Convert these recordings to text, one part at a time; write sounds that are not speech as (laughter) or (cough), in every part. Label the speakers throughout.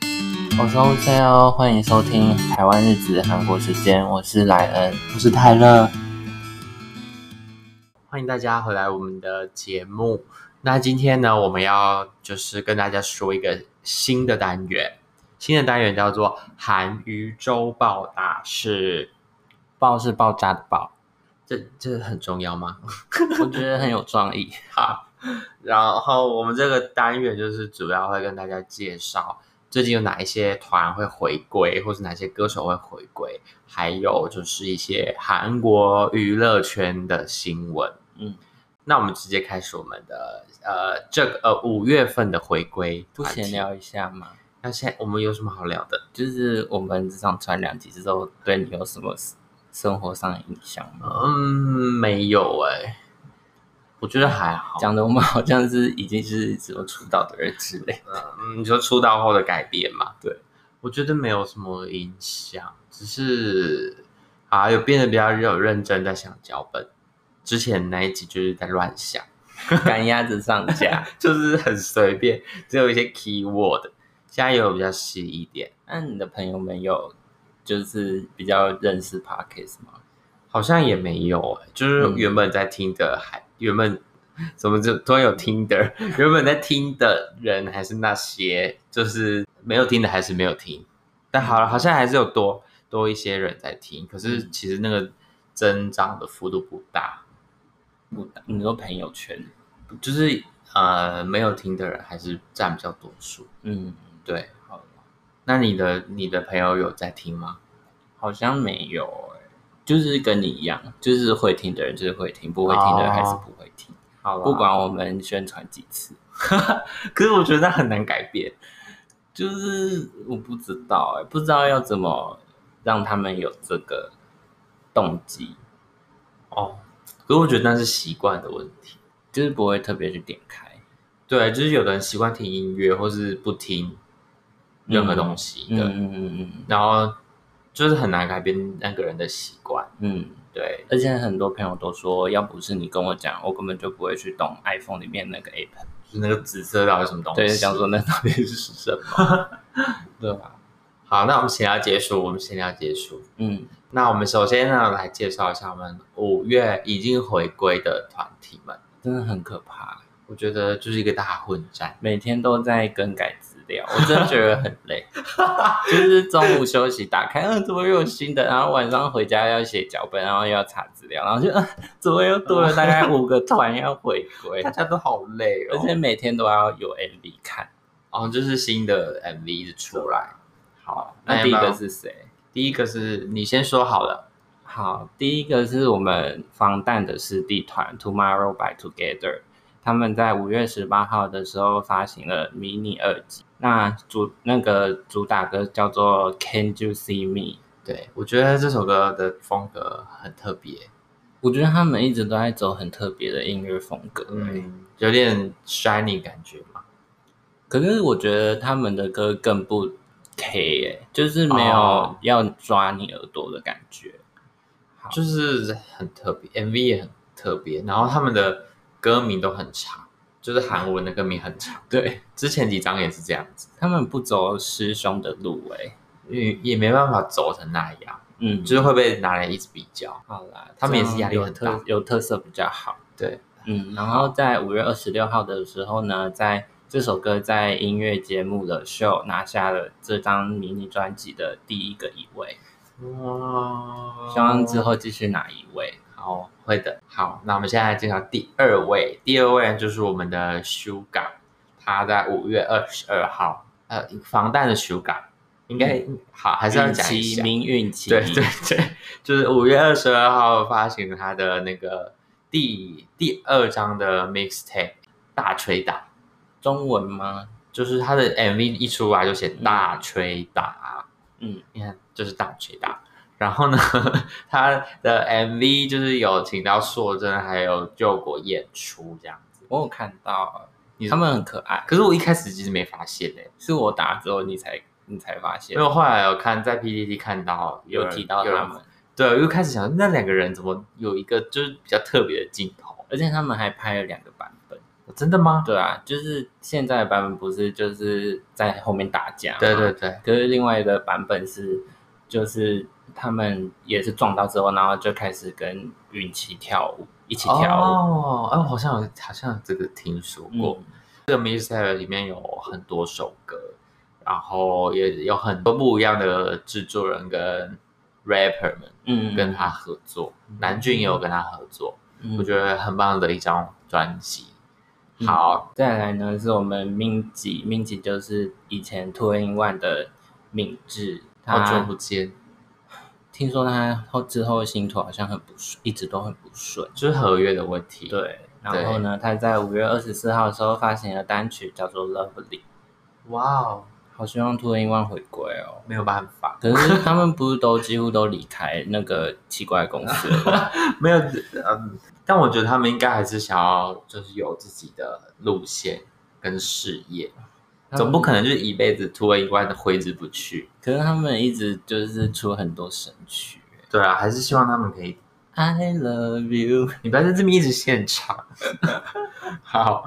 Speaker 1: 我是 OJ 哦，欢迎收听台湾日子韩国时间，我是莱恩，我是泰勒，欢迎大家回来我们的节目。那今天呢，我们要就是跟大家说一个新的单元，新的单元叫做韩娱周报大事，
Speaker 2: 爆是爆炸的爆，
Speaker 1: 这这很重要吗？
Speaker 2: (laughs) 我觉得很有创
Speaker 1: (laughs)
Speaker 2: 意。
Speaker 1: 好，然后我们这个单元就是主要会跟大家介绍最近有哪一些团会回归，或是哪些歌手会回归，还有就是一些韩国娱乐圈的新闻。
Speaker 2: 嗯，
Speaker 1: 那我们直接开始我们的呃这个呃五月份的回归
Speaker 2: 不
Speaker 1: 团体
Speaker 2: 闲。聊一下吗？
Speaker 1: 那现在我们有什么好聊的？
Speaker 2: 就是我们这场传两集之后，对你有什么生活上的影响吗？
Speaker 1: 嗯，没有哎、我觉得还好。
Speaker 2: 讲的我们好像是已经是什么出道的人之类。
Speaker 1: 嗯，你说出道后的改变嘛？
Speaker 2: 对，
Speaker 1: 我觉得没有什么影响，只是啊，有变得比较有认真在想脚本。之前那一集就是在乱想， (laughs)
Speaker 2: 赶鸭子上 (laughs) 架。
Speaker 1: 就是很随便，只有一些 keyword。现在有比较细一点，
Speaker 2: 那你的朋友们有就是比较认识 Parkes 吗？
Speaker 1: 好像也没有、欸，就是
Speaker 2: 嗯
Speaker 1: 原本在听的还、原本怎么就突然有听的， (laughs) 原本在听的人还是那些，就是没有听的还是没有听，但好了，好像还是有多多一些人在听，可是
Speaker 2: 嗯
Speaker 1: 其实那个增长的幅度不大，
Speaker 2: 不，你说朋友圈？
Speaker 1: 就是呃没有听的人还是占比较多数。
Speaker 2: 嗯，
Speaker 1: 对，
Speaker 2: 好，
Speaker 1: 那你的你的朋友有在听吗？
Speaker 2: 好像没有诶、就是跟你一样，就是会听的人就是会听，不会听的人还是不会听。
Speaker 1: 好吧
Speaker 2: 不管我们宣传几次，
Speaker 1: 可是我觉得那很难改变。
Speaker 2: 就是我不知道哎、不知道要怎么让他们有这个动机，
Speaker 1: 哦，可是我觉得那是习惯的问题。
Speaker 2: 就是不会特别去点开
Speaker 1: 对，就是有的人习惯听音乐，或是不听任何东西
Speaker 2: 嗯
Speaker 1: 的，
Speaker 2: 嗯嗯
Speaker 1: 然后就是很难改变那个人的习惯。
Speaker 2: 嗯嗯，
Speaker 1: 对，
Speaker 2: 而且很多朋友都说，要不是你跟我讲，我根本就不会去懂 iPhone 里面那个 app。
Speaker 1: 就是那个紫色哦到底是什么东西？
Speaker 2: 对，想说那到底是什么？对吧？
Speaker 1: 好，那我们闲聊结束，我们闲聊结束。
Speaker 2: 嗯，
Speaker 1: 那我们首先呢，来介绍一下我们五月已经回归的团体们。
Speaker 2: 真的很可怕，
Speaker 1: 我觉得就是一个大混战，
Speaker 2: 每天都在更改资料，我真的觉得很累。就是中午休息打开，嗯，怎么又有新的？然后晚上回家要写脚本，然后又要查资料，然后就、嗯、怎么又多了大概五个团要回归
Speaker 1: (laughs) 大，家都好累哦。
Speaker 2: 而且每天都要有 MV 看。
Speaker 1: 哦，就是新的 MV 一直出来。好，
Speaker 2: 那
Speaker 1: 那
Speaker 2: 第
Speaker 1: 第
Speaker 2: 一
Speaker 1: 一
Speaker 2: 个
Speaker 1: 个是
Speaker 2: 是谁？
Speaker 1: 第一个是你先说好了。
Speaker 2: 好，第一个是我们防弹的师弟团 Tomorrow by Together，他们在五月十八号的时候发行了迷你二辑，那主那个主打歌叫做 Can You See Me？
Speaker 1: 对，我觉得这首歌的风格很特别，
Speaker 2: 我觉得他们一直都在走很特别的音乐风格、嗯，
Speaker 1: 嗯，有点 shiny 感觉嘛。
Speaker 2: 可是我觉得他们的歌更不 K 耶、就是没有
Speaker 1: 哦
Speaker 2: 要抓你耳朵的感觉。
Speaker 1: 就是很特别，MV 也很特别，然后他们的歌名都很长，就是韩文的歌名很长，
Speaker 2: 对
Speaker 1: 之前几张也是这样子，
Speaker 2: 他们不走师兄的路哎、
Speaker 1: 也也没办法走成那样，
Speaker 2: 嗯，
Speaker 1: 就是会被拿来一直比较。
Speaker 2: 好啦，
Speaker 1: 他们也是
Speaker 2: 这样
Speaker 1: 压力很
Speaker 2: 有
Speaker 1: 大
Speaker 2: 特有特色比较好。
Speaker 1: 对，
Speaker 2: 嗯，然后在五月二十六号的时候呢，在这首歌在音乐节目的秀拿下了这张迷你专辑的第一个一位，
Speaker 1: 哇
Speaker 2: 希望之后继续拿一位。
Speaker 1: 好会的。好，那我们现在来介绍第二位，第二位就是我们的 Sugar，他在五月二十二号，呃，防弹的 Sugar，应该、好还是要讲一
Speaker 2: 运气
Speaker 1: 下。
Speaker 2: 名运气，
Speaker 1: 对对对， (laughs) 就是五月二十二号发行他的那个第第二张的 mixtape 大吹打，
Speaker 2: 中文吗？
Speaker 1: 就是他的 MV 一出来就写大吹打，
Speaker 2: 嗯，
Speaker 1: 你看就是大吹打。然后呢， (laughs) 他的 MV 就是有请到硕珍还有救国演出这样子。
Speaker 2: 我有看到
Speaker 1: 你，
Speaker 2: 他们很可爱，
Speaker 1: 可是我一开始其实没发现诶、
Speaker 2: 是我打之后你才你才发现
Speaker 1: 因为我后来有看在 PPT 看到
Speaker 2: 有
Speaker 1: 人
Speaker 2: 提到
Speaker 1: 有人
Speaker 2: 他们，
Speaker 1: 对，我又开始想那两个人怎么有一个就是比较特别的镜头。
Speaker 2: 而且他们还拍了两个版本，
Speaker 1: 真的吗？
Speaker 2: 对啊，就是现在的版本不是就是在后面打架，
Speaker 1: 对对。对，
Speaker 2: 可是另外的版本是，就是他们也是撞到之后，然后就开始跟允琪跳舞，一起跳舞。
Speaker 1: 哦，哎、我好像有好像有这个听说过。
Speaker 2: 嗯
Speaker 1: 这个 mixtape 里面有很多首歌，然后也有很多不一样的制作人跟 rapper 们
Speaker 2: 嗯，
Speaker 1: 跟他合作，南俊也有跟他合作，
Speaker 2: 嗯，
Speaker 1: 我觉得很棒的一张专辑。
Speaker 2: 嗯
Speaker 1: 好，
Speaker 2: 再来呢，是我们命吉，命吉就是以前 Two in One 的敏智，
Speaker 1: 好久
Speaker 2: 他
Speaker 1: 哦不见，
Speaker 2: 听说他后之后星途好像很不顺，一直都很不顺。
Speaker 1: 就是合约的问题。，
Speaker 2: 对，然后呢，他在五月二十四号的时候发行了单曲叫做《Lovely》，
Speaker 1: 哇哦，
Speaker 2: 好希望 Two in One 回归哦。
Speaker 1: 没有办
Speaker 2: (laughs)
Speaker 1: 法，
Speaker 2: 可是他们不是都几乎都离开那个奇怪公司了吗？
Speaker 1: 没有，嗯，但我觉得他们应该还是想要就是有自己的路线跟事业，总不可能就是一辈子突然一万的挥之不去。
Speaker 2: 可是他们一直就是出很多神曲。
Speaker 1: 对啊，还是希望他们可以
Speaker 2: I love you。 (laughs)
Speaker 1: 你不要在这边一直现场。 (laughs) 好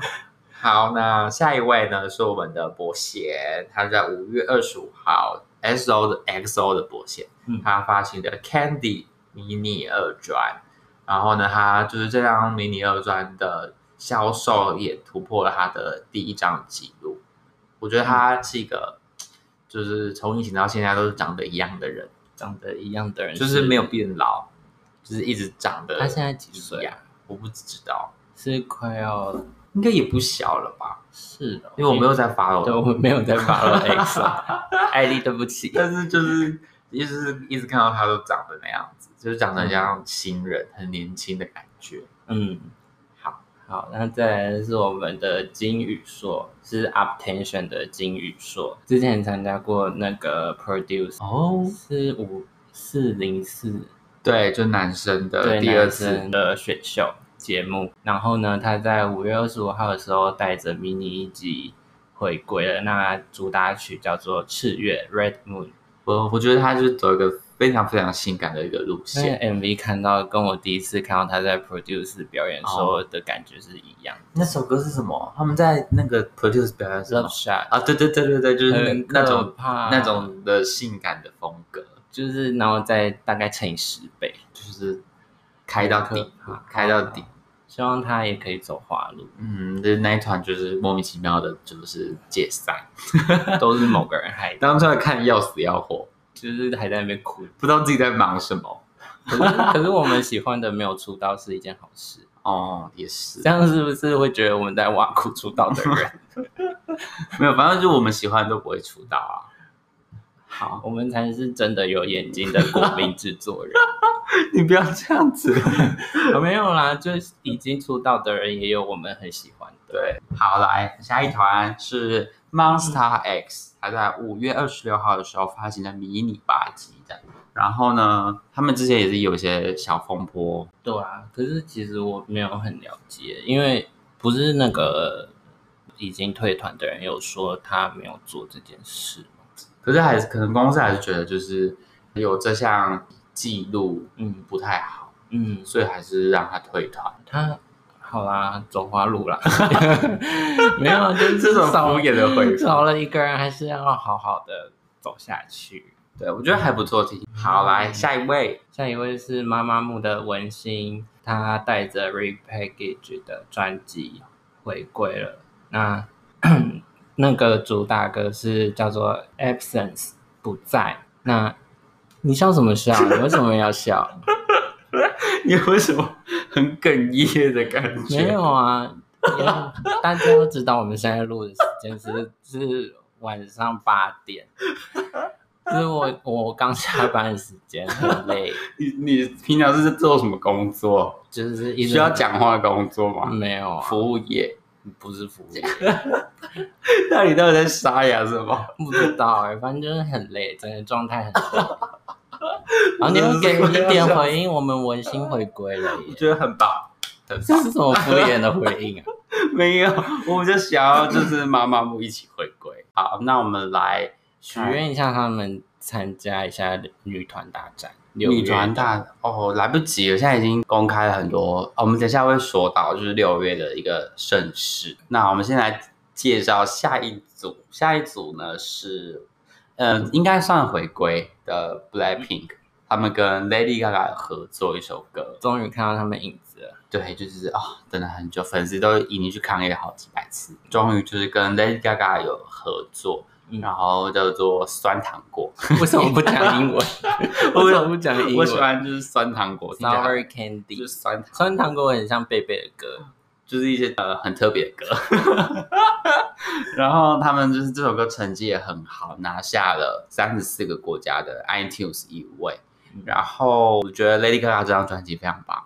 Speaker 1: 好，那下一位呢是我们的伯贤，他在五月二十五号 XO 的 XO 的伯贤，
Speaker 2: 嗯
Speaker 1: 他发行的 Candy 迷你二专，然后呢，他就是这张迷你二专的销售也突破了他的第一张记录。我觉得他是一个，就是从以前到现在都是长得一样的人，
Speaker 2: 长得一样的人
Speaker 1: 就是没有变老，就是一直长得。
Speaker 2: 他现在几岁啊？
Speaker 1: 我不知道，
Speaker 2: 是快要
Speaker 1: 应该也不小了吧？
Speaker 2: 是的，
Speaker 1: 因为我没有在发
Speaker 2: (laughs) 对，我
Speaker 1: 了，
Speaker 2: 们没有在 (laughs) follow X，啊艾丽，对不起。
Speaker 1: 但是就是一直一直看到他都长得那样子，就是长得像新人，很年轻的感觉。
Speaker 2: (laughs) 嗯，好，好，那再来是我们的金宇硕，是 Uptension 的金宇硕，之前参加过那个 Produce，
Speaker 1: 哦，
Speaker 2: 是五四零四
Speaker 1: 对，就男生的
Speaker 2: 对
Speaker 1: 第二
Speaker 2: 男
Speaker 1: 次
Speaker 2: 生的选秀节目，然后呢，他在五月二十五号的时候带着迷你一集回归了，那主打曲叫做《赤月 Red Moon》。
Speaker 1: 我我觉得他就是走一个非常非常性感的一个路
Speaker 2: 那
Speaker 1: 线。
Speaker 2: 个 MV 看到跟我第一次看到他在 Produce 表演时候
Speaker 1: 哦
Speaker 2: 的感觉是一样
Speaker 1: 那首歌是什么？他们在那个 produce 表演
Speaker 2: 的。Love Shot
Speaker 1: 啊，对对对对对，就是
Speaker 2: 很啊
Speaker 1: 那那
Speaker 2: 可
Speaker 1: 种
Speaker 2: 怕，
Speaker 1: 那种的性感的风格，
Speaker 2: 就是然后再大概乘以十倍，
Speaker 1: 就是开到底
Speaker 2: 很可怕，
Speaker 1: 开到底。
Speaker 2: 希望他也可以走花路，
Speaker 1: 嗯，就是那一团就是莫名其妙的，就是解散。
Speaker 2: 都是某个人害的，
Speaker 1: 当初来看要死要活，
Speaker 2: 就是还在那边哭。
Speaker 1: 不知道自己在忙什么。
Speaker 2: 可
Speaker 1: (laughs)
Speaker 2: 是可是我们喜欢的没有出道是一件好事，
Speaker 1: 哦，也是
Speaker 2: 这，样是不是会觉得我们在挖苦出道的人？ (laughs)
Speaker 1: 没有，反正就是我们喜欢的都不会出道啊。好，
Speaker 2: 我们才是真的有眼睛的国民制作人。
Speaker 1: (laughs) 你不要这样子。 (laughs)
Speaker 2: 哦没有啦，就是已经出道的人也有我们很喜欢的。
Speaker 1: 对，好，来下一团是 Monster X，他在五月二十六号的时候发行了迷你八集的。然后呢，他们之前也是有一些小风波，
Speaker 2: 对啊，可是其实我没有很了解，因为不是那个已经退团的人有说他没有做这件事吗
Speaker 1: 可是还是可能公司还是觉得就是有这项记录
Speaker 2: 嗯
Speaker 1: 不太好。
Speaker 2: 嗯，
Speaker 1: 所以还是让他退团。
Speaker 2: 他好啦，走花路啦， (laughs) 没有，啊就是
Speaker 1: 这种
Speaker 2: 少
Speaker 1: 敷衍的回复
Speaker 2: 少了一个人，还是要好好的走下去。
Speaker 1: 对，我觉得还不错听。好，来下一位，
Speaker 2: 下一位是妈妈木的文心，她带着 Repackage 的专辑回归了。那 (clears throat) 那个主打歌是叫做 Absence 不在。那你笑什么笑？你为什么要
Speaker 1: (laughs)
Speaker 2: 笑？
Speaker 1: 你为什么很哽咽的感觉？
Speaker 2: 没有啊，因为大家都知道我们现在录的时间是是晚上八
Speaker 1: (laughs)
Speaker 2: 点，就是我我刚下班的时间，很累，
Speaker 1: 你你平常是做什么工作？
Speaker 2: 就是一直
Speaker 1: 需要讲话的工作吗？
Speaker 2: 没有啊，
Speaker 1: 嗯服务业？
Speaker 2: 不是服务业。
Speaker 1: (laughs) 那你到底在沙哑什么？
Speaker 2: 不知道哎、反正就是很累，整个状态很累。然后你又给一点回应，我们文心回归了
Speaker 1: 我 (laughs)
Speaker 2: 耶！
Speaker 1: 觉得很棒，很
Speaker 2: 这
Speaker 1: 棒。
Speaker 2: 是什么敷衍的回应
Speaker 1: (laughs)
Speaker 2: 啊？
Speaker 1: 没有，我就想要就是妈妈木一起回归。好，那我们来
Speaker 2: 许愿一下，他们参加一下女团大战。六
Speaker 1: 女
Speaker 2: 月
Speaker 1: 团
Speaker 2: 的。
Speaker 1: 大哦，来不及了，现在已经公开了很多。哦、我们等一下会说到，就是六月的一个盛事。那我们先来介绍下一组，下一组呢是，呃，应该算回归的 Blackpink，他们跟 Lady Gaga 合作一首歌。
Speaker 2: 终于看到他们影子了，
Speaker 1: 对，就是啊、等了很久，粉丝都已经去抗议了好几百次，终于就是跟 Lady Gaga 有合作，
Speaker 2: 嗯
Speaker 1: 然后叫做酸糖
Speaker 2: (laughs)
Speaker 1: 果。
Speaker 2: 为什么不讲
Speaker 1: (laughs)
Speaker 2: 英文？为什么不讲英
Speaker 1: 我喜
Speaker 2: 文
Speaker 1: 欢就是酸糖果听起来很
Speaker 2: ？Sour
Speaker 1: 就是
Speaker 2: Candy，
Speaker 1: 酸糖，
Speaker 2: 酸糖果很像贝贝的歌，
Speaker 1: 就是一些呃很特别的歌。然后他们就是这首歌成绩也很好，拿下了三十四个国家的 iTunes 一位。然后我觉得 Lady Gaga 这张专辑非常 (laughs) 棒，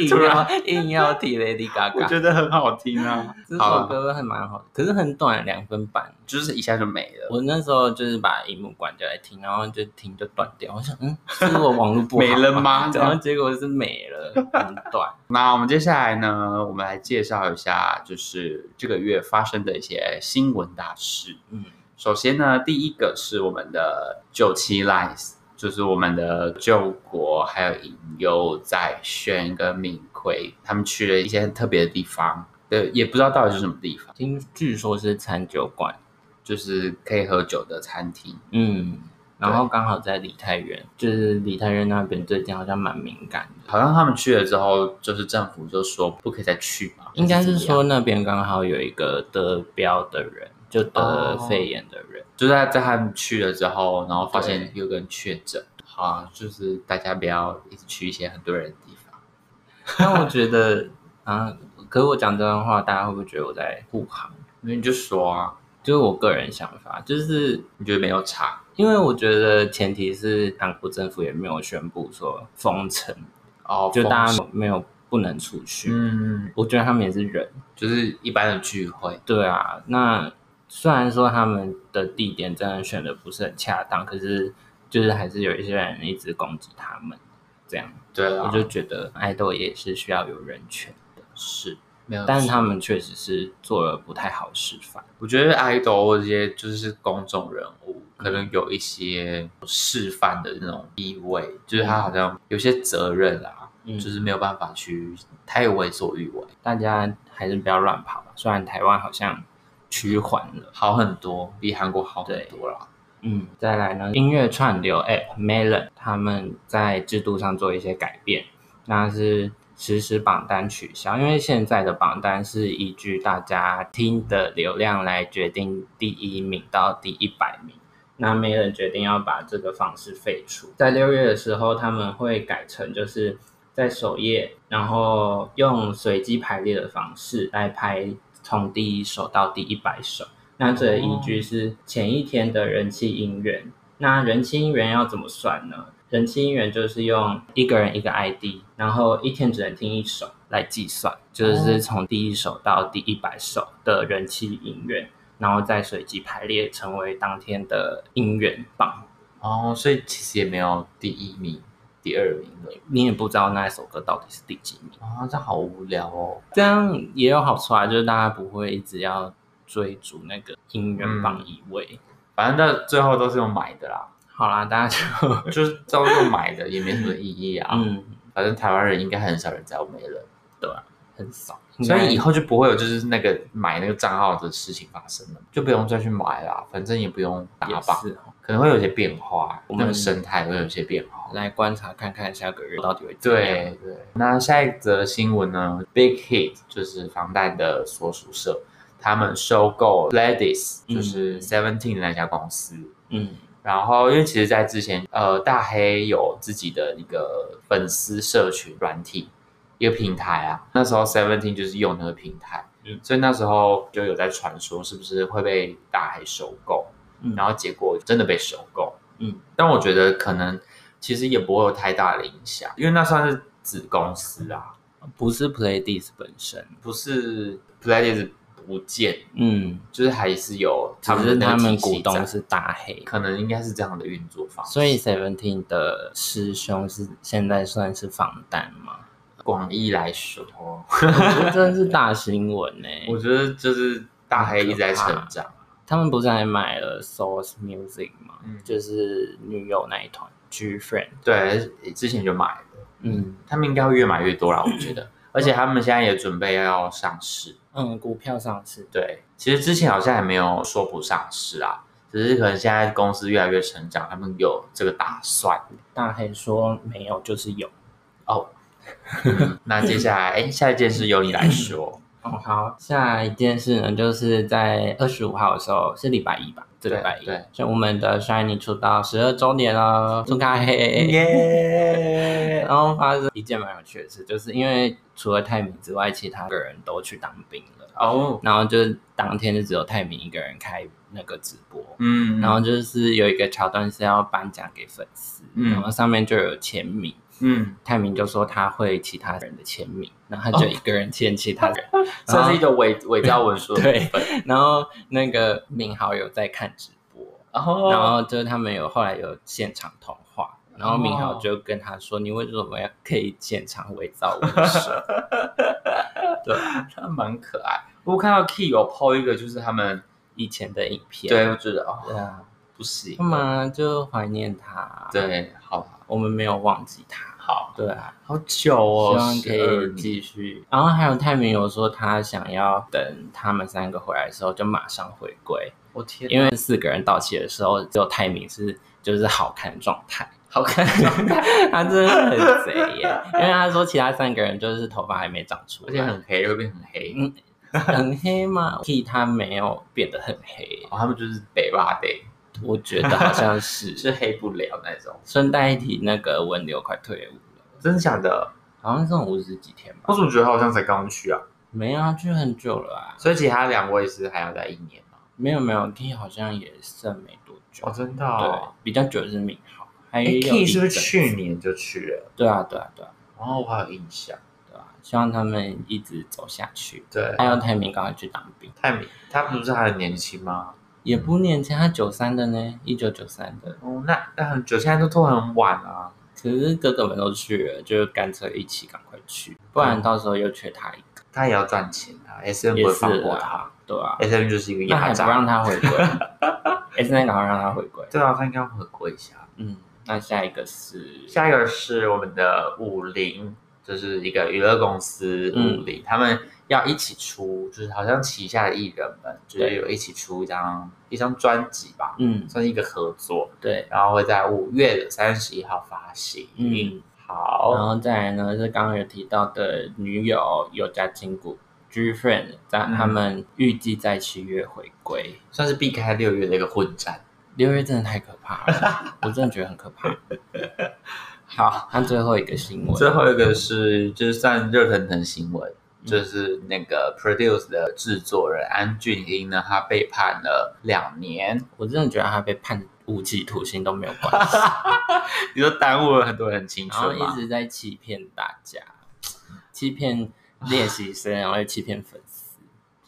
Speaker 2: 硬
Speaker 1: (laughs) 突
Speaker 2: 要
Speaker 1: 然
Speaker 2: 硬要提 Lady Gaga，
Speaker 1: 得很好听 (laughs) 啊。
Speaker 2: 这
Speaker 1: 好啊
Speaker 2: 首歌还蛮好的，可是很短，两分半。
Speaker 1: 就是一下就没了，
Speaker 2: 我那时候就是把荧幕关掉来听，然后就听就断掉。我想，嗯，是我网络不好
Speaker 1: (laughs) 没了吗？
Speaker 2: (laughs) 然后结果是没了，很短。
Speaker 1: 那我们接下来呢，我们来介绍一下，就是这个月发生的一些新闻大事。
Speaker 2: 嗯，
Speaker 1: 首先呢，第一个是我们的九七 Lies，就是我们的救国还有隐忧在轩跟敏奎，他们去了一些很特别的地方，对，也不知道到底是什么地方，
Speaker 2: 听据说是餐酒馆，
Speaker 1: 就是可以喝酒的餐厅。
Speaker 2: 嗯，然后刚好在梨泰院，就是梨泰院那边最近好像蛮敏感的，
Speaker 1: 好像他们去了之后，就是政府就说不可以再去嘛，
Speaker 2: 应该
Speaker 1: 还
Speaker 2: 是
Speaker 1: 怎么样
Speaker 2: 说那边刚好有一个得标的人，就得
Speaker 1: 哦
Speaker 2: 肺炎的人。
Speaker 1: 就在在他们去了之后，然后发现
Speaker 2: 对
Speaker 1: 有个人确诊，好啊，就是大家不要一直去一些很多人的地方。
Speaker 2: 但我觉得啊，可是我讲这段话，大家会不会觉得我在护航？
Speaker 1: 那你就说啊，
Speaker 2: 就是我个人想法，就是
Speaker 1: 你觉得没有差
Speaker 2: 因为我觉得前提是韩国政府也没有宣布说封城，
Speaker 1: 哦，
Speaker 2: 就大
Speaker 1: 封
Speaker 2: 家没有不能出去。
Speaker 1: 嗯，
Speaker 2: 我觉得他们也是人，
Speaker 1: 就是一般的聚会，
Speaker 2: 对啊。那虽然说他们的地点真的选的不是很恰当，可是就是还是有一些人一直攻击他们，这样
Speaker 1: 对啊啦，
Speaker 2: 我就觉得爱豆也是需要有人权的事，
Speaker 1: 没有错。
Speaker 2: 但是他们确实是做了不太好示范。
Speaker 1: 我觉得 idol 或这些就是公众人物，可能有一些示范的那种意味，就是他好像有些责任啦，
Speaker 2: 嗯
Speaker 1: 就是没有办法去太为所欲为，
Speaker 2: 大家还是不要乱跑吧，啊虽然台湾好像趋缓了。
Speaker 1: 好很多，比韩国好很
Speaker 2: 对
Speaker 1: 多啦。
Speaker 2: 嗯，再来呢，音乐串流 App Melon 他们在制度上做一些改变，那是实时榜单取消，因为现在的榜单是依据大家听的流量来决定第一名到第一百名。那 Melon 决定要把这个方式废除，在六月的时候，他们会改成就是在首页，然后用随机排列的方式来排从第一首到第一百首。那这个依据是前一天的人气音源。那人气音源要怎么算呢？人气音源就是用一个人一个 ID，然后一天只能听一首来计算，就是从第一首到第一百首的人气音源，然后再随机排列成为当天的音源榜。
Speaker 1: 哦，所以其实也没有第一名、第二名的。
Speaker 2: 你也不知道那首歌到底是第几名，
Speaker 1: 啊，这好无聊哦。
Speaker 2: 这样也有好处啊，就是大家不会一直要追逐那个音源榜一位。
Speaker 1: 反正到最后都是用买的 (laughs) 啦，
Speaker 2: 好啦，大家就
Speaker 1: 就是都用买的，也没什么意义啊。
Speaker 2: 嗯，
Speaker 1: 反正台湾人应该很少人在用 Melon，
Speaker 2: 很少，
Speaker 1: 所以以后就不会有就是那个买那个账号的事情发生了，就不用再去买啦，反正也不用打
Speaker 2: 也
Speaker 1: 榜，
Speaker 2: 是哦
Speaker 1: 可能会有些变化，
Speaker 2: 我
Speaker 1: 我
Speaker 2: 们
Speaker 1: 们的生态会有些变化。
Speaker 2: 来观察看看下个月到底会怎么样。
Speaker 1: 对对，那下一则新闻呢？Big Hit 就是防弹的所属社，他们收购 Ladies，
Speaker 2: 嗯
Speaker 1: 就是 Seventeen 的那家公司。
Speaker 2: 嗯，
Speaker 1: 然后，因为其实，在之前，呃，大黑有自己的一个粉丝社群软体，一个平台啊。那时候 Seventeen 就是用那个平台，
Speaker 2: 嗯
Speaker 1: 所以那时候就有在传说是不是会被大黑收购，
Speaker 2: 嗯
Speaker 1: 然后结果真的被收购，
Speaker 2: 嗯。
Speaker 1: 但我觉得可能其实也不会有太大的影响，因为那算是子公司啊，
Speaker 2: 不是 Play This 本身，
Speaker 1: 不是 Pledis 不见，
Speaker 2: 嗯，
Speaker 1: 就是还是有
Speaker 2: 只
Speaker 1: 他们的
Speaker 2: 是
Speaker 1: 那个
Speaker 2: 他们
Speaker 1: 体系
Speaker 2: 股东
Speaker 1: 在
Speaker 2: 是大黑，
Speaker 1: 可能应该是这样的运作方式，
Speaker 2: 所以 Seventeen 的师兄是现在算是防弹
Speaker 1: (laughs)
Speaker 2: 吗？
Speaker 1: 广义来说。
Speaker 2: 这真的是大新闻呢、欸
Speaker 1: 我觉得就是大黑一直在成长，啊
Speaker 2: 他们不是还买了 Source Music 吗？
Speaker 1: 嗯
Speaker 2: 就是女友那一团 G Friend，
Speaker 1: 对，之前就买了，
Speaker 2: 嗯
Speaker 1: 他们应该会越买越多啦，我觉得。而且他们现在也准备要上市，
Speaker 2: 嗯，股票上市，
Speaker 1: 对，其实之前好像也没有说不上市啊，只是可能现在公司越来越成长，他们有这个打算。哦
Speaker 2: 大黑说没有就是有。
Speaker 1: 嗯那接下来，哎，下一件事由你来 (laughs) 说。
Speaker 2: 哦，好，下一件事呢，就是在二十五号的时候，是礼拜一吧？这礼
Speaker 1: 对
Speaker 2: 拜一，
Speaker 1: 对，
Speaker 2: 所以我们的 Shiny 出道十二周年了，祝大黑！
Speaker 1: 嗯耶！
Speaker 2: 然后发生一件蛮有趣的事，就是因为除了泰明之外，其他的人都去当兵了，
Speaker 1: 哦，
Speaker 2: 然后就是当天就只有泰明一个人开那个直播，
Speaker 1: 嗯，
Speaker 2: 然后就是有一个桥段是要颁奖给粉丝，
Speaker 1: 嗯
Speaker 2: 然后上面就有签名，
Speaker 1: 嗯，
Speaker 2: 泰明就说他会其他人的签名，然后他就一个人签其他人，
Speaker 1: 哦这是一个伪伪造文书的部
Speaker 2: 对
Speaker 1: 分。
Speaker 2: (laughs) 然后那个敏豪有在看直播，
Speaker 1: 然后，
Speaker 2: 然后就是他们有后来有现场通话，然后敏豪就跟他说：“你为什么要可以现场伪造文书
Speaker 1: 他蛮可爱。我看到 Key 有 PO 一个，就是他们
Speaker 2: 以前的影片？”
Speaker 1: 对，我觉得哦，
Speaker 2: 对啊，
Speaker 1: 不行
Speaker 2: 干，嘛就怀念他？，
Speaker 1: 对，好吧
Speaker 2: 我们没有忘记他。
Speaker 1: 好
Speaker 2: 对啊，
Speaker 1: 好久哦，
Speaker 2: 希望可
Speaker 1: 12
Speaker 2: 以
Speaker 1: 年
Speaker 2: 继续。然后还有泰明有说他想要等他们三个回来的时候就马上回归，
Speaker 1: 我哦天，啊
Speaker 2: 因为四个人到齐的时候只有泰明是就是好看状态。
Speaker 1: 好看
Speaker 2: (laughs) 他真的很贼耶，因为他说其他三个人就是头发还没长出来，
Speaker 1: 而且很黑，会变很黑。
Speaker 2: 嗯很黑嘛。T 他没有变得很黑，
Speaker 1: 哦，他们就是北霸得，
Speaker 2: 我觉得好像是。
Speaker 1: (laughs) 是黑不了那种。
Speaker 2: 顺带一提，那个文流快退伍了，
Speaker 1: 真的假的？
Speaker 2: 好像剩五十几天吧？
Speaker 1: 我怎么觉得他好像才刚去啊？
Speaker 2: 没有啊，去很久了啊。
Speaker 1: 所以其他两位是还要在一年吗？
Speaker 2: 没有没有，T 好像也剩没多久。
Speaker 1: 哦，真的、
Speaker 2: 对
Speaker 1: 哦。，
Speaker 2: 比较久的是敏豪，还有
Speaker 1: 哎
Speaker 2: 一
Speaker 1: ，Key 是不是
Speaker 2: 阵
Speaker 1: 去年就去了？
Speaker 2: 对啊对啊对啊
Speaker 1: 哦，我还有印象。
Speaker 2: 对啊，希望他们一直走下去。
Speaker 1: 对，
Speaker 2: 还有泰明赶快去当兵。
Speaker 1: 泰米他不是还很年轻吗？
Speaker 2: 也不年轻，他九三的呢，一九九三的。
Speaker 1: 哦，那那很久，现在都拖很晚啊。
Speaker 2: 可是哥哥们都去了，就干脆一起赶快去，不然到时候又缺他一个，
Speaker 1: 他也要赚钱啊，S M
Speaker 2: 也
Speaker 1: 不会
Speaker 2: 是
Speaker 1: 放过他哎
Speaker 2: 啊，对啊，
Speaker 1: ，S M 就是一个
Speaker 2: 那还
Speaker 1: 压
Speaker 2: 不
Speaker 1: 榨。
Speaker 2: 让他回
Speaker 1: (laughs)
Speaker 2: 归，S 那赶快让他回归。
Speaker 1: 对啊，他应该要回顾一下。
Speaker 2: 嗯，那下一个是
Speaker 1: 下一个是我们的五菱，就是一个娱乐公司
Speaker 2: 嗯
Speaker 1: 五菱，他们要一起出，就是好像旗下的艺人们就是
Speaker 2: 对
Speaker 1: 有一起出一张一张专辑吧，
Speaker 2: 嗯，
Speaker 1: 算是一个合作，
Speaker 2: 对，
Speaker 1: 然后会在五月的三十一号发行。
Speaker 2: 嗯，然
Speaker 1: 好，
Speaker 2: 后再来呢是刚刚有提到的女友有家金谷 G Friend，在
Speaker 1: 嗯
Speaker 2: 他们预计在七月回归。
Speaker 1: 算是避开六月的一个混战。
Speaker 2: 六月真的太可怕了，我真的觉得很可
Speaker 1: (laughs)
Speaker 2: 怕。好，那最后一个新闻，
Speaker 1: 最后一个是就是算热腾腾新闻，
Speaker 2: 嗯
Speaker 1: 就是那个 Produce 的制作人安俊英呢，他被判了两年。 (laughs)
Speaker 2: 我真的觉得他被判无期徒刑都没有关系，
Speaker 1: 你说耽误了很多人 (laughs) 青
Speaker 2: 然后
Speaker 1: 春
Speaker 2: 哦一
Speaker 1: 吗？
Speaker 2: 直在欺骗大家，欺骗练习生，然后又欺骗粉丝。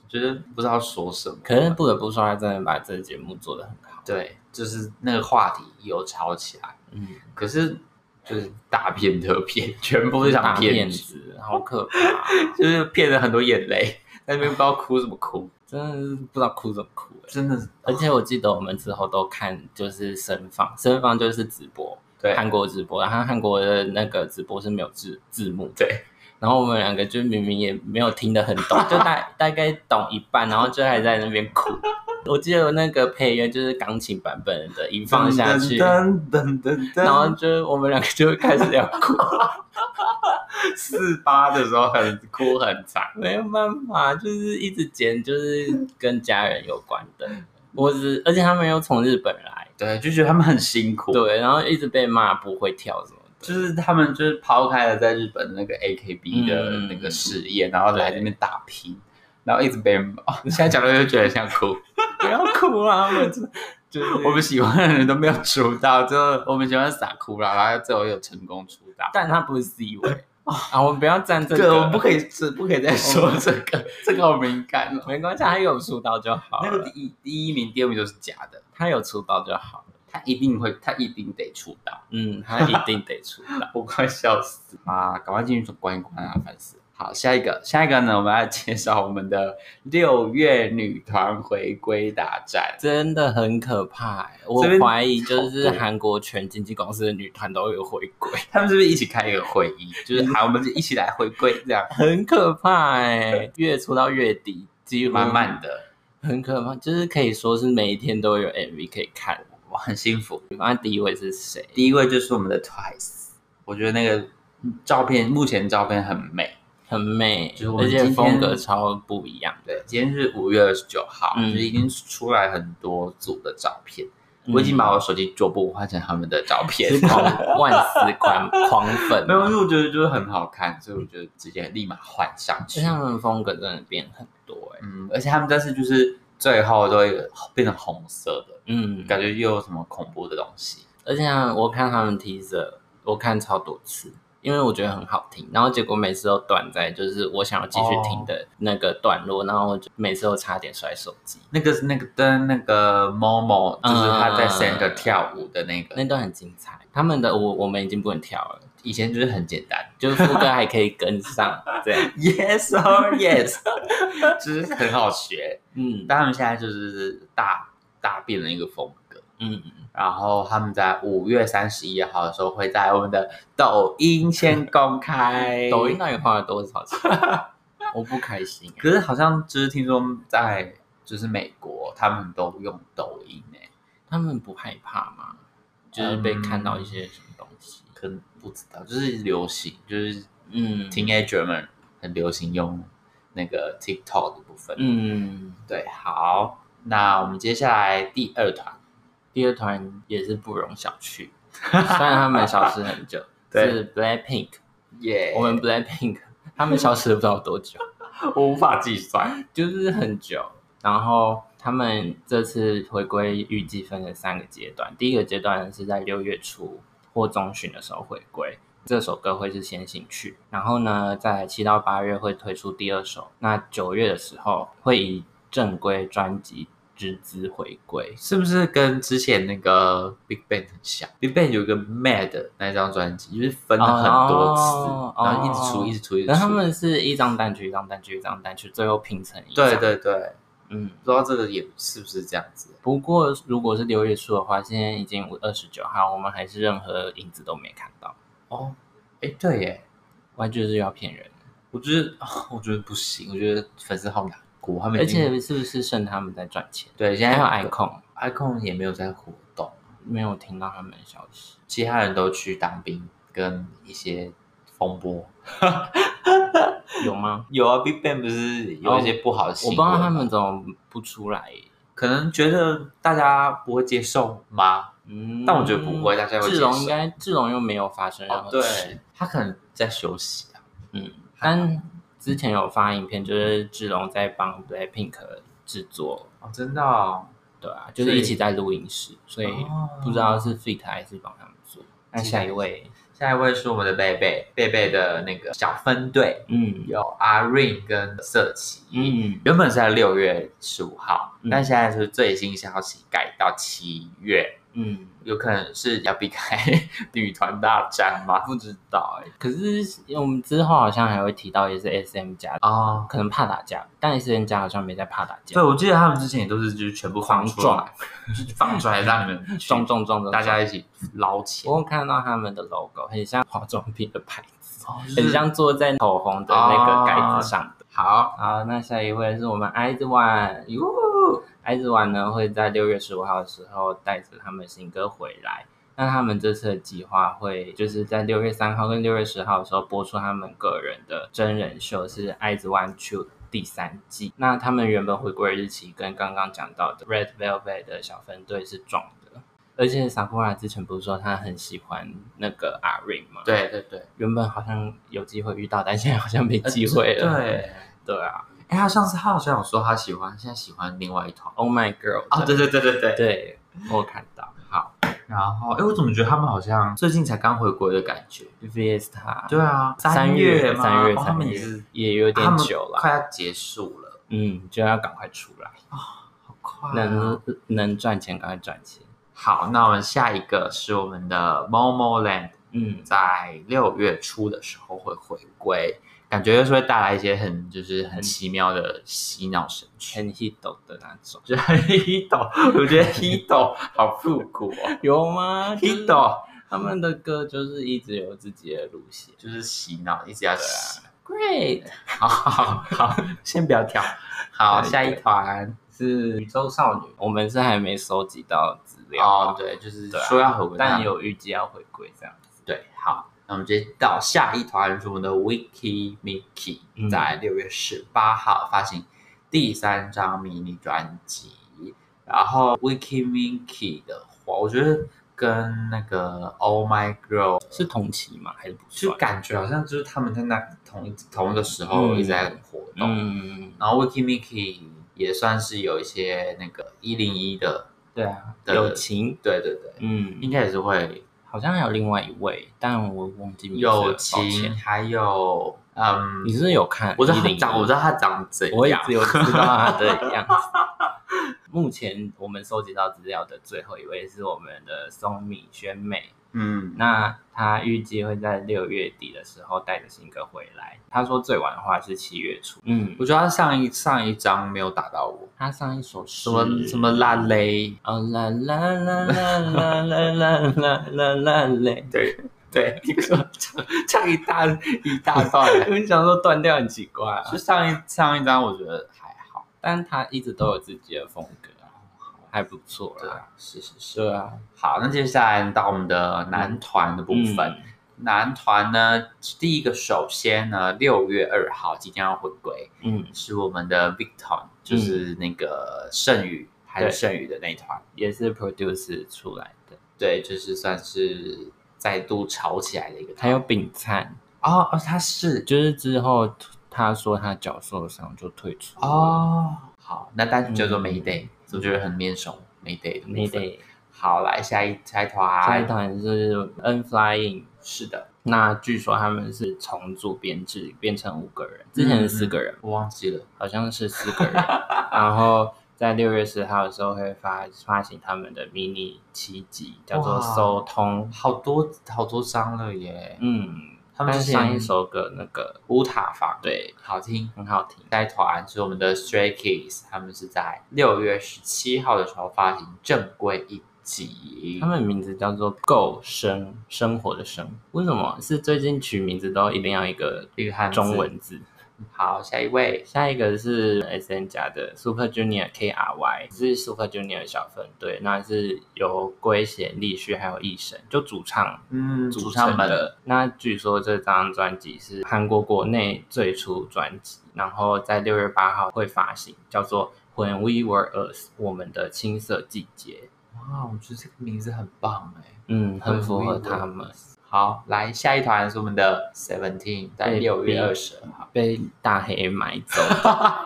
Speaker 1: 就是不知道说什么。
Speaker 2: 可是不得不说，他真的把这个节目做得很好。
Speaker 1: 对，就是那个话题有吵起来，
Speaker 2: 嗯，
Speaker 1: 可是就是大骗特骗，全部
Speaker 2: 不
Speaker 1: 都
Speaker 2: 是 (laughs)
Speaker 1: 想
Speaker 2: 大
Speaker 1: 骗
Speaker 2: 骗
Speaker 1: 局，
Speaker 2: 子，好可怕，
Speaker 1: (laughs)
Speaker 2: 啊
Speaker 1: 就是骗了很多眼泪， (laughs) 在那边不知道哭什么哭，
Speaker 2: 真的是不知道哭怎么哭、欸。
Speaker 1: 真的是
Speaker 2: 而且我记得我们之后都看，就是声放，声放就是直播，
Speaker 1: 对
Speaker 2: 韩国直播，然后韩国的那个直播是没有字字幕的，
Speaker 1: 对，
Speaker 2: 然后我们两个就明明也没有听得很懂，就
Speaker 1: (laughs)
Speaker 2: 大大概懂一半，然后就还在那边哭。我记得那个配乐就是钢琴版本的，一放下去，
Speaker 1: 噔噔噔噔
Speaker 2: 然后
Speaker 1: 噔，
Speaker 2: 就我们两个就会开始要哭，
Speaker 1: 四八的时候很哭很惨，
Speaker 2: 没有办法，就是一直剪，就是跟家人有关的。我只而且他们又从日本来，
Speaker 1: 对，就觉得他们很辛苦，，
Speaker 2: 对，然后一直被骂不会跳什么的，
Speaker 1: 就是他们就是抛开了在日本的那个 AKB 的
Speaker 2: 嗯
Speaker 1: 那个事业，然后来这边打拼，然后一直被人骂， (laughs) 哦，现在讲的就觉得像哭。
Speaker 2: 不要哭啊！我真的就是
Speaker 1: 我们喜欢的人都没有出道，最后我们喜欢傻哭啦，然后最后又成功出道。
Speaker 2: 但他不是 C 位
Speaker 1: 哦
Speaker 2: 啊，我们不要站这
Speaker 1: 这个我们不
Speaker 2: 个，
Speaker 1: 可以，这不可以再说这个， (laughs) 这个我敏感了。
Speaker 2: 没关系，他有出道就好
Speaker 1: 那个
Speaker 2: 了，
Speaker 1: 第一第一名、第二名都是假的，
Speaker 2: 他有出道就好了，
Speaker 1: 他一定会，他一定得出道， (laughs)
Speaker 2: 嗯，他一定得出道。 (laughs)
Speaker 1: 我快笑死啊！赶快进去关一关啊，烦死了！好，下一个，下一个呢，我们要介绍我们的 (laughs) 六月女团回归大战。
Speaker 2: 真的很可怕欸、我
Speaker 1: 这边哦
Speaker 2: 怀疑就是
Speaker 1: 好多
Speaker 2: 韩国全经纪公司的女团都有回归， (laughs)
Speaker 1: 他们是不是一起开一个会议？就是好，我们就一起来回归，这样
Speaker 2: 很可怕哎、月初到月底，几乎
Speaker 1: 慢慢的，
Speaker 2: 很可怕，就是可以说是每一天都有 MV 可以看。
Speaker 1: 我很幸福。
Speaker 2: 那啊第一位是谁？
Speaker 1: 第一位就是我们的 Twice，我觉得那个照片，目前照片很美。
Speaker 2: 很美
Speaker 1: 就是，我们
Speaker 2: 而且
Speaker 1: 今天
Speaker 2: 风格超不一样。
Speaker 1: 对，今天是五月二十九号，
Speaker 2: 嗯
Speaker 1: 就是已经出来很多组的照片。我已经
Speaker 2: 嗯
Speaker 1: 把我手机桌布换成他们的照
Speaker 2: (laughs)
Speaker 1: 片，
Speaker 2: 是
Speaker 1: (laughs)
Speaker 2: 狂万丝狂狂粉啊
Speaker 1: 没有，因
Speaker 2: 嘛，
Speaker 1: 为我觉得就是很好看，所以我觉得直接立马换上去
Speaker 2: 就。像他们风格真的变很多哎、
Speaker 1: 嗯，而且他们这次就是最后都会变成红色的，
Speaker 2: 嗯，
Speaker 1: 感觉又有什么恐怖的东西。
Speaker 2: 而且像我看他们 teaser，我看超多次，因为我觉得很好听，然后结果每次都断在就是我想要继续听的那个段落，然后我就每次都差点摔手机，
Speaker 1: 那个那个跟那个 Momo，就是他在 Center
Speaker 2: 嗯
Speaker 1: 跳舞的那个，
Speaker 2: 那段很精彩。他们的我我们已经不能跳了，
Speaker 1: 以前就是很简单
Speaker 2: 就是副歌还可以跟 (laughs) 上这样，
Speaker 1: ，Yes or Yes，就是很好学。
Speaker 2: 嗯
Speaker 1: 但他们现在就是大大变了一个风格。
Speaker 2: 嗯，
Speaker 1: 然后他们在五月三十一号的时候会在我们的抖音先公开，
Speaker 2: 抖音到底花了多少钱？我不开心、欸，
Speaker 1: 可是好像就是听说在就是美国，他们都用抖音欸诶、
Speaker 2: 他们不害怕吗？就是被看到一些什么东西？
Speaker 1: 可能不知道，就是流行，就是
Speaker 2: 嗯，
Speaker 1: teenager 们很流行用那个 TikTok 的部分。，
Speaker 2: 嗯，
Speaker 1: 对，好，那我们接下来第二团，
Speaker 2: 第二团也是不容小觑，虽然他们消失很久，
Speaker 1: 对
Speaker 2: 是 Blackpink，
Speaker 1: 耶
Speaker 2: (laughs) 我
Speaker 1: 我们
Speaker 2: 们 Blackpink 他们消失了不知道多久， (laughs)
Speaker 1: 无法计算。
Speaker 2: 就是很久。然后他们这次回归预计分了三个阶段，第一个阶段是在六月初或中旬的时候回归。这首歌会是先行曲，然后呢，在七到八月会推出第二首，那九月的时候会以正规专辑之姿回归。
Speaker 1: 是不是跟之前那个 Big Bang 很像？Big Bang 有一个 Mad 那张专辑，就是分了很多次，
Speaker 2: 哦
Speaker 1: 然后一直
Speaker 2: 哦
Speaker 1: 出，一直出，一直
Speaker 2: 然
Speaker 1: 出。
Speaker 2: 后他们是一张单曲、一张单曲、一张单曲，最后拼成一张。
Speaker 1: 对，对对，
Speaker 2: 嗯。
Speaker 1: 不知道这个也是不是这样子。
Speaker 2: 不过如果是六月初的话，现在已经五二十九号，我们还是任何影子都没看到。
Speaker 1: 哦，哎，对耶，
Speaker 2: 我还觉得是要骗人，
Speaker 1: 我觉得，啊 (laughs) 我觉得不行，我觉得粉丝好难过，他们已
Speaker 2: 而
Speaker 1: 经
Speaker 2: 且是不是剩他们在赚钱？
Speaker 1: 对现
Speaker 2: 还
Speaker 1: 在
Speaker 2: 有 icon
Speaker 1: icon 也没有在活动，
Speaker 2: 没有听到他们的消息，
Speaker 1: 其他人都去当兵跟一些风波。 (laughs)
Speaker 2: 有吗？
Speaker 1: 有啊，Big Bang 不是有一些不好的
Speaker 2: 哦我
Speaker 1: 新
Speaker 2: 不
Speaker 1: 闻
Speaker 2: 知
Speaker 1: 吗、
Speaker 2: 道他们怎么不出来耶。
Speaker 1: 可能觉得大家不会接受吗？
Speaker 2: 嗯，
Speaker 1: 但我觉得不会大家会接
Speaker 2: 志
Speaker 1: 受
Speaker 2: 龙应该志龙又没有啊发生任
Speaker 1: 哦，
Speaker 2: 何事，
Speaker 1: 对，他可能在休息啊。
Speaker 2: 嗯，但之前有发影片，就是志龙在帮 Blackpink 制作
Speaker 1: 哦，真的、哦，
Speaker 2: 对啊，就是
Speaker 1: 所以
Speaker 2: 一起在录音室，所以
Speaker 1: 哦
Speaker 2: 不知道是 fit 还是帮他们做。那下一位，
Speaker 1: 下一位是我们的贝贝，贝贝的那个小分队
Speaker 2: 嗯
Speaker 1: 有阿 Rain 跟瑟琪。
Speaker 2: 嗯，
Speaker 1: 原本是在六月十五号，
Speaker 2: 嗯
Speaker 1: 但现在是最新消息改到七月，
Speaker 2: 嗯，
Speaker 1: 有可能是要避开女团大战吗？ (laughs)
Speaker 2: 不知道哎、
Speaker 1: 欸
Speaker 2: 可是我们之后好像还会提到，也是 S M 加，
Speaker 1: 哦，
Speaker 2: 可能怕打架，但 S M 加好像没在怕打架
Speaker 1: 对，，我记得他们之前也都是就是全部放出
Speaker 2: 狂
Speaker 1: 来，就是放出来让你们去
Speaker 2: 撞撞撞撞，
Speaker 1: 大家一起捞钱，
Speaker 2: 我有看到他们的 logo 很像化妆品的牌子，
Speaker 1: 哦
Speaker 2: 很像坐在口红的那个盖
Speaker 1: 啊
Speaker 2: 子上的。
Speaker 1: 好
Speaker 2: 好，那下一位是我们爱之丸，哟，爱之丸呢会在六月十五号的时候带着他们新歌回来。那他们这次的计划会就是在六月三号跟六月十号的时候播出他们个人的真人秀，是《爱之 One Two》第三季。那他们原本回归日期跟刚刚讲到的 Red Velvet 的小分队是撞的，而且 Sakura 之前不是说她很喜欢那个 R Ring 吗？，
Speaker 1: 对对对，
Speaker 2: 原本好像有机会遇到，但现在好像没机会了。
Speaker 1: 对，
Speaker 2: 对啊
Speaker 1: 哎，他上次他好像有说他喜欢，现在喜欢另外一团
Speaker 2: ，Oh my girl！
Speaker 1: 哦，对对对对对。
Speaker 2: 对，我有看到。好
Speaker 1: 然后，哎，我怎么觉得他们好像最近才刚回国的感觉？
Speaker 2: ，VS 他
Speaker 1: 对啊，
Speaker 2: 三
Speaker 1: 月吗
Speaker 2: 三月，
Speaker 1: 哦他
Speaker 2: 三
Speaker 1: 们
Speaker 2: 月
Speaker 1: 也是
Speaker 2: 也有
Speaker 1: 他
Speaker 2: 点
Speaker 1: 们
Speaker 2: 久了，
Speaker 1: 快要结束了，
Speaker 2: 嗯，就要赶快出来，
Speaker 1: 好
Speaker 2: 啊
Speaker 1: 快、
Speaker 2: 能能赚钱赶快赚钱，
Speaker 1: 好，那我们下一个是我们的 Momo Land，
Speaker 2: 嗯
Speaker 1: 在六月初的时候会回归，感觉就是会带来一些很就是很
Speaker 2: 很
Speaker 1: 奇妙的洗脑神
Speaker 2: (laughs)
Speaker 1: 曲，
Speaker 2: 很 hit 的那种，
Speaker 1: 就很 hito，我觉得 hito 好复古哦
Speaker 2: (laughs) 有吗就是
Speaker 1: ，hito
Speaker 2: 他们的歌就是一直有自己的路线。
Speaker 1: 就是洗脑，一直要洗。
Speaker 2: 啊 Great
Speaker 1: 好好好，先不要跳。好，下一团
Speaker 2: 是宇宙少女，我们是还没收集到资料
Speaker 1: 哦，，对，就是
Speaker 2: 对啊
Speaker 1: 说要回归，
Speaker 2: 但有预计要回归这样。
Speaker 1: 对，好，那我们直接到下一团是我们的 Wiki Mickey，、
Speaker 2: 嗯
Speaker 1: 在六月十八号发行第三张迷你专辑。然后 Wiki Mickey 的话，我觉得跟那个 Oh My Girl
Speaker 2: 是同期吗？还是不
Speaker 1: 就
Speaker 2: 算？
Speaker 1: 感觉好像就是他们在那同一同一个时候
Speaker 2: 嗯
Speaker 1: 一直在活动。
Speaker 2: 嗯，
Speaker 1: 然后 Wiki Mickey 也算是有一些那个一零一的，
Speaker 2: 对啊，
Speaker 1: 对
Speaker 2: 友情，
Speaker 1: 对对对，应
Speaker 2: 嗯，
Speaker 1: 该也是会
Speaker 2: 好像还有另外一位，但我忘记名字了
Speaker 1: 友
Speaker 2: 抱歉
Speaker 1: 情，还有嗯
Speaker 2: 你，是不是有看101？
Speaker 1: 我知道他长，我知道他长怎样，
Speaker 2: 我一直有知道他的样子。目前我们收集到资料的最后一位是我们的松米宣美，
Speaker 1: 嗯，
Speaker 2: 那他预计会在六月底的时候带着新歌回来。他说最晚的话是七月初。嗯
Speaker 1: 我，觉得他上一上一张没有打到我，
Speaker 2: 他上一首是
Speaker 1: 什么什么拉雷，
Speaker 2: 啊啦啦啦啦啦啦啦啦啦啦嘞！
Speaker 1: 对对， (laughs) 你说唱唱一大一大段，
Speaker 2: 我想说断掉很奇怪啊
Speaker 1: 就，上一上一张我觉得还好，
Speaker 2: 但他一直都有自己的风格啊，还不错
Speaker 1: 对
Speaker 2: 啦。
Speaker 1: 啊，是是是，
Speaker 2: 对啊，
Speaker 1: 好，那接下来到我们的男团的部分，
Speaker 2: 嗯
Speaker 1: 男团呢，第一个首先呢，六月二号即将要回归，
Speaker 2: 嗯，
Speaker 1: 是我们的 Victon，就是那个剩宇、还有
Speaker 2: 对
Speaker 1: 剩宇的那一团，
Speaker 2: 也是 produce 出来的，
Speaker 1: 对，就是算是再度炒起来的一个团。
Speaker 2: 还有饼灿，
Speaker 1: 哦，哦，他是
Speaker 2: 就是之后他说他脚受伤就退出了。
Speaker 1: 哦，好，那单叫做
Speaker 2: 嗯
Speaker 1: Mayday，、我觉得很面熟 Mayday 的部分
Speaker 2: 没得，
Speaker 1: 好，来下一下一团，
Speaker 2: 下一团是 N Flying，
Speaker 1: 是的，
Speaker 2: 那据说他们是重组编制，变成五个人，之前是
Speaker 1: 嗯
Speaker 2: 四个人，
Speaker 1: 我忘记了。
Speaker 2: 好像是四
Speaker 1: (laughs)
Speaker 2: 个人，然后在六月十号的时候会发发行他们的迷你七集，叫做
Speaker 1: 哇
Speaker 2: 《收通》。
Speaker 1: 好多好多张了耶，
Speaker 2: 嗯，
Speaker 1: 他
Speaker 2: 但
Speaker 1: 们之
Speaker 2: 是
Speaker 1: 前
Speaker 2: 上一首歌那个
Speaker 1: 乌塔房
Speaker 2: 对
Speaker 1: 好听。
Speaker 2: 很好听，
Speaker 1: 该团是我们的 Stray Kids，他们是在六月十七号的时候发行正规一集
Speaker 2: 他。们名字叫做“够生生活的生”，为什么是最近取名字都一定要一个
Speaker 1: 绿汉字
Speaker 2: 中文字？
Speaker 1: 好，下一位
Speaker 2: 下一个是 S N 家的 Super Junior K R Y，是 Super Junior 的小分队，那是由龟贤、立旭还有义神就主唱
Speaker 1: 嗯
Speaker 2: 组
Speaker 1: 主
Speaker 2: 成
Speaker 1: 唱们
Speaker 2: 的。那据说这张专辑是韩国国内最初专辑，然后在六月八号会发行，叫做《When We Were Us》，我们的青涩季节。
Speaker 1: 哇，我觉得这个名字很棒哎。
Speaker 2: 嗯，很符合
Speaker 1: When We
Speaker 2: 他们。
Speaker 1: 好，来下一团是我们的 Seventeen，在
Speaker 2: 被
Speaker 1: 六月
Speaker 2: 逼
Speaker 1: 二十二号。 (laughs)
Speaker 2: 被大黑买走，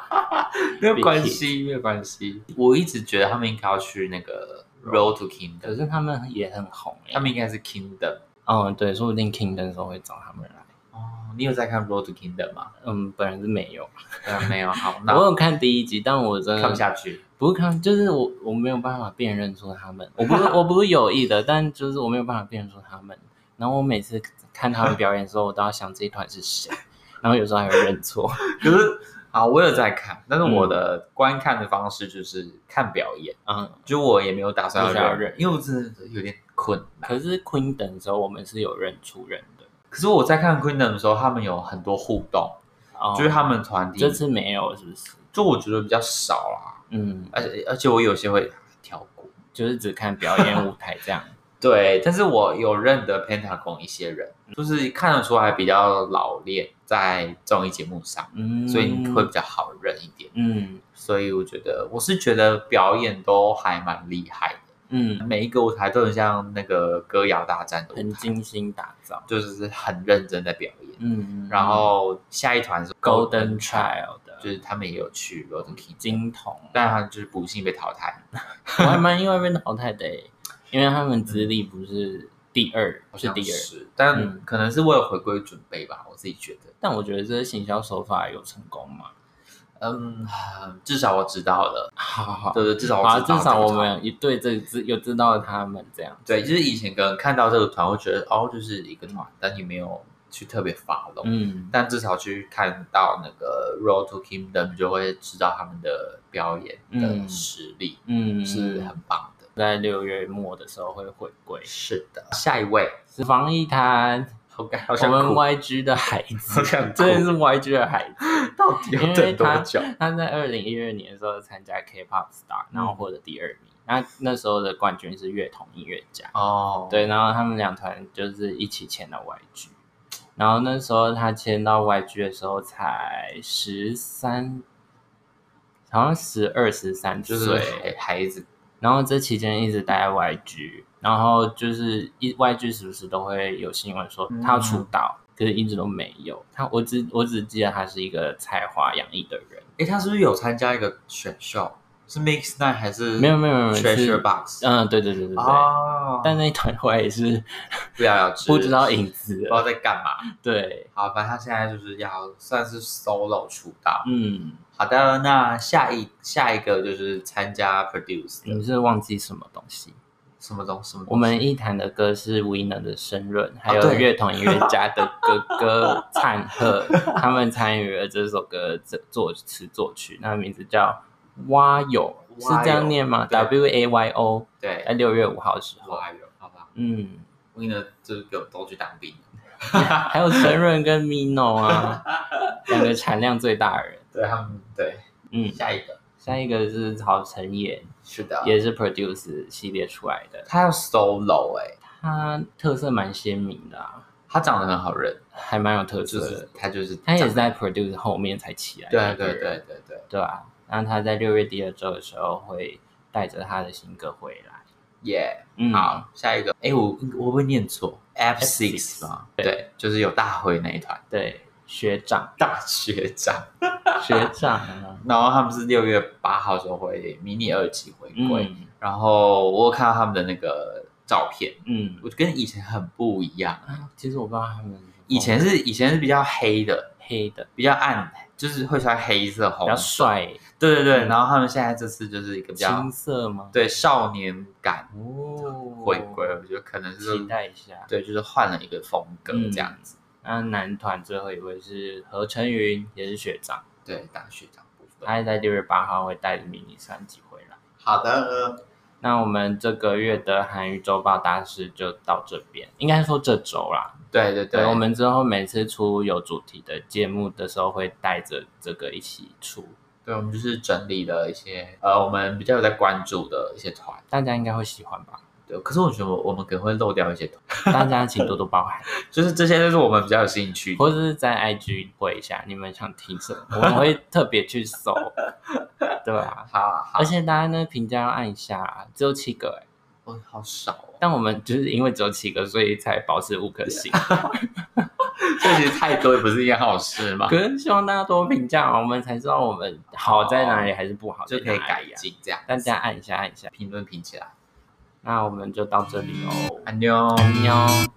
Speaker 2: (laughs)
Speaker 1: 没有
Speaker 2: 被
Speaker 1: 关
Speaker 2: hit
Speaker 1: 系，没有关系。我一直觉得他们应该要去那个 Road to
Speaker 2: 可
Speaker 1: Kingdom，
Speaker 2: 是他们也很红哎、
Speaker 1: 他们应该是 Kingdom。
Speaker 2: 嗯，对，说不定 King 的时候会找他们来。
Speaker 1: 哦，你有在看 Road to Kingdom 吗？
Speaker 2: (laughs) 嗯，本人是没有，
Speaker 1: 嗯，没有。好，那
Speaker 2: 我有看第一集，但我真的
Speaker 1: 看不下去。
Speaker 2: 不是看，就是我我没有办法辨认出他们，我不
Speaker 1: (laughs)
Speaker 2: 是我不是有意的，但就是我没有办法辨认出他们。然后我每次看他们表演的时候，我都要想这一团是谁，然后有时候还会认错。
Speaker 1: 可是啊，我有在看，但是我的观看的方式就是看表演，
Speaker 2: 嗯，
Speaker 1: 就我也没有打算
Speaker 2: 不需要
Speaker 1: 要认，因为我真的有点困难。
Speaker 2: 可是 Queen 等的时候，我们是有认出人的，
Speaker 1: 可是我在看 Queen 的时候，他们有很多互动，
Speaker 2: 哦
Speaker 1: 就是他们团体
Speaker 2: 这，次没有，是不是？
Speaker 1: 就我觉得比较少啦，
Speaker 2: 嗯，
Speaker 1: 而且而且我有些会跳过。
Speaker 2: 就是只看表演舞台这样。
Speaker 1: 对，但是我有认得 Pentagon 一些人，就是看得出来比较老练，在综艺节目上，
Speaker 2: (laughs) 嗯，
Speaker 1: 所以你会比较好认一点。
Speaker 2: 嗯
Speaker 1: 所以我觉得我是觉得表演都还蛮厉害的。
Speaker 2: 嗯，
Speaker 1: 每一个舞台都很像那个歌谣大战的舞
Speaker 2: 很
Speaker 1: 台，
Speaker 2: 精心打造。
Speaker 1: 就是很认真在表演。
Speaker 2: 嗯，
Speaker 1: 然后下一团是
Speaker 2: Golden Child 的
Speaker 1: 就是他们也有去 r o d e King，
Speaker 2: 金
Speaker 1: (laughs)
Speaker 2: 童，
Speaker 1: 但他就是不幸被淘汰，
Speaker 2: 我还蛮意外被淘汰的耶，因为他们资历不是第二，
Speaker 1: 好
Speaker 2: 是
Speaker 1: 像
Speaker 2: 第二。
Speaker 1: 是，但
Speaker 2: 嗯
Speaker 1: 可能是为了回归准备吧，我自己觉得。
Speaker 2: 但我觉得这些行销手法有成功
Speaker 1: (laughs)
Speaker 2: 吗？
Speaker 1: 嗯，至少我知道了，
Speaker 2: 好好好，
Speaker 1: 对对，至少我
Speaker 2: 好，啊
Speaker 1: 知道
Speaker 2: 至少
Speaker 1: 这个
Speaker 2: 我
Speaker 1: 团
Speaker 2: 们一对这知有知道他们这样。
Speaker 1: 对，就是以前可能看到这个团会觉得哦，就是一个团，但你没有去特别 follow，、
Speaker 2: 嗯，
Speaker 1: 但至少去看到那个 Road to Kingdom 就会知道他们的表演的
Speaker 2: 嗯
Speaker 1: 实力、
Speaker 2: 嗯，
Speaker 1: 是很棒的。
Speaker 2: 在六月末的时候会回归。
Speaker 1: 是的，下一位，
Speaker 2: 是防疫谈，
Speaker 1: 好感好
Speaker 2: 我
Speaker 1: 想
Speaker 2: 们
Speaker 1: 哭，
Speaker 2: YG 的孩
Speaker 1: (laughs)
Speaker 2: 子，
Speaker 1: 好想哭，
Speaker 2: (laughs) 真的是 YG 的孩子。
Speaker 1: 到底要等多久？
Speaker 2: 他在二零一二年的时候参加 K-pop Star，然后获得第二名。那那时候的冠军是乐童音乐奖。
Speaker 1: 哦，，
Speaker 2: 对，然后他们两团就是一起签了 YG，然后那时候他签到 YG 的时候才十三，好像十二十三
Speaker 1: 就
Speaker 2: 岁，
Speaker 1: 是孩孩子，
Speaker 2: 然后这期间一直待在 YG，然后就是一 YG 时不时都会有新闻说他要出道，可是一直都没有。他我只我只记得他是一个才华洋溢的人，
Speaker 1: 诶，他是不是有参加一个选秀？是 Mix Night 还是
Speaker 2: 没有没有没有没有是
Speaker 1: Treasure Box？
Speaker 2: 嗯，对对对对对。
Speaker 1: 哦，
Speaker 2: 但那一团我也是
Speaker 1: 不了了之，
Speaker 2: 不知道影子
Speaker 1: 不知
Speaker 2: 了
Speaker 1: 道在干嘛。
Speaker 2: 对，
Speaker 1: 好，反正他现在就是要算是 solo 出道。
Speaker 2: 嗯，
Speaker 1: 好的，那下一下一个就是参加 Produce 的
Speaker 2: 你是忘记什么东西？
Speaker 1: 什么东什么东西？
Speaker 2: 嗯我们一谈的歌是 Winner 的《生润》，还有
Speaker 1: 哦对
Speaker 2: 乐童音乐家的哥
Speaker 1: (laughs)
Speaker 2: 哥灿赫，他们参与了这首歌的作词作曲，那名字叫蛙友，是这样念吗
Speaker 1: 蛙友
Speaker 2: ？W A Y O，在
Speaker 1: 对，
Speaker 2: 六月五号的时候，
Speaker 1: 哇哟，好吧，
Speaker 2: 嗯，
Speaker 1: 我跟你的就是给我都去当兵。
Speaker 2: 还有生润跟 Mino
Speaker 1: (laughs)
Speaker 2: 啊，两个产量最大的人，
Speaker 1: 对他们，对，
Speaker 2: 嗯，
Speaker 1: 下一个
Speaker 2: 下一个是曹承衍，
Speaker 1: 是的，
Speaker 2: 也是 Produce 系列出来的，
Speaker 1: 他要 solo 哎、
Speaker 2: 他特色蛮鲜明的、啊，
Speaker 1: 他长得很好认，
Speaker 2: 还蛮有特色
Speaker 1: 就
Speaker 2: 的。
Speaker 1: 是他就是
Speaker 2: 他也
Speaker 1: 长
Speaker 2: 是在 Produce 后面才起来的
Speaker 1: 对
Speaker 2: 一个
Speaker 1: 对
Speaker 2: 人，
Speaker 1: 对对对，
Speaker 2: 对啊。那他在六月第二周的时候会带着他的新歌回来。
Speaker 1: 耶、
Speaker 2: 嗯，
Speaker 1: 好，下一个，哎，我我会不会念错？F six 吗？
Speaker 2: 对
Speaker 1: 对，就是有大辉那一团，
Speaker 2: 对，学长
Speaker 1: (laughs) 大学长，
Speaker 2: 学长
Speaker 1: (laughs)
Speaker 2: 啊，
Speaker 1: 然后他们是六月八号的时候会迷你二级回归，
Speaker 2: 嗯
Speaker 1: 然后我有看到他们的那个照片，
Speaker 2: 嗯，
Speaker 1: 我跟以前很不一样，
Speaker 2: 其实我不知道他们
Speaker 1: 以前
Speaker 2: 哦
Speaker 1: 是以前是比较黑的，
Speaker 2: 黑的
Speaker 1: 比较暗，就是会穿黑色
Speaker 2: 比
Speaker 1: 红
Speaker 2: 较嗯
Speaker 1: 色
Speaker 2: 帅，
Speaker 1: 对对对，然后他们现在这次就是一哦个比较
Speaker 2: 青涩吗？
Speaker 1: 对少年感
Speaker 2: 哦，
Speaker 1: 回归，我觉得可能是
Speaker 2: 期待一下。
Speaker 1: 对，就是换了一个风格
Speaker 2: 嗯
Speaker 1: 这样子。
Speaker 2: 那男团最后一位是何成云，也是学长，
Speaker 1: 对，大学长部分。
Speaker 2: 他在六月八号会带着迷你三辑回来。
Speaker 1: 好的，呃
Speaker 2: 那我们这个月的韩语周报大事就到这边，应该说这周啦。
Speaker 1: 对对
Speaker 2: 对，
Speaker 1: 对，
Speaker 2: 我们之后每次出有主题的节目的时候，会带着这个一起出，
Speaker 1: 对我们就是整理了一些呃，我们比较有在关注的一些团。
Speaker 2: 大家应该会喜欢吧？
Speaker 1: 对，可是我觉得我我们可能会漏掉一些团，
Speaker 2: 大家请多多包
Speaker 1: (laughs)
Speaker 2: 涵，
Speaker 1: 就是这些都是我们比较有兴趣的。
Speaker 2: 或者是在 IG 回一下你们想听什么，我们会特别去搜，对啊。
Speaker 1: 好啊好
Speaker 2: 而，且大家呢评价要按一下啊，只有七个哎、
Speaker 1: 我好少哦，
Speaker 2: 但我们就是因为只有七个，所以才保持五颗
Speaker 1: (laughs)
Speaker 2: 星。
Speaker 1: 这其实太多也不是一件好事嘛，
Speaker 2: 可是希望大家多评价嘛，我们才知道我们好在哪里啊还是不好，
Speaker 1: 哦就可以改。进这样。
Speaker 2: 大家按一下，按一下。
Speaker 1: 评论评起来，
Speaker 2: 那我们就到这里喽，
Speaker 1: 安妞。
Speaker 2: 安妞。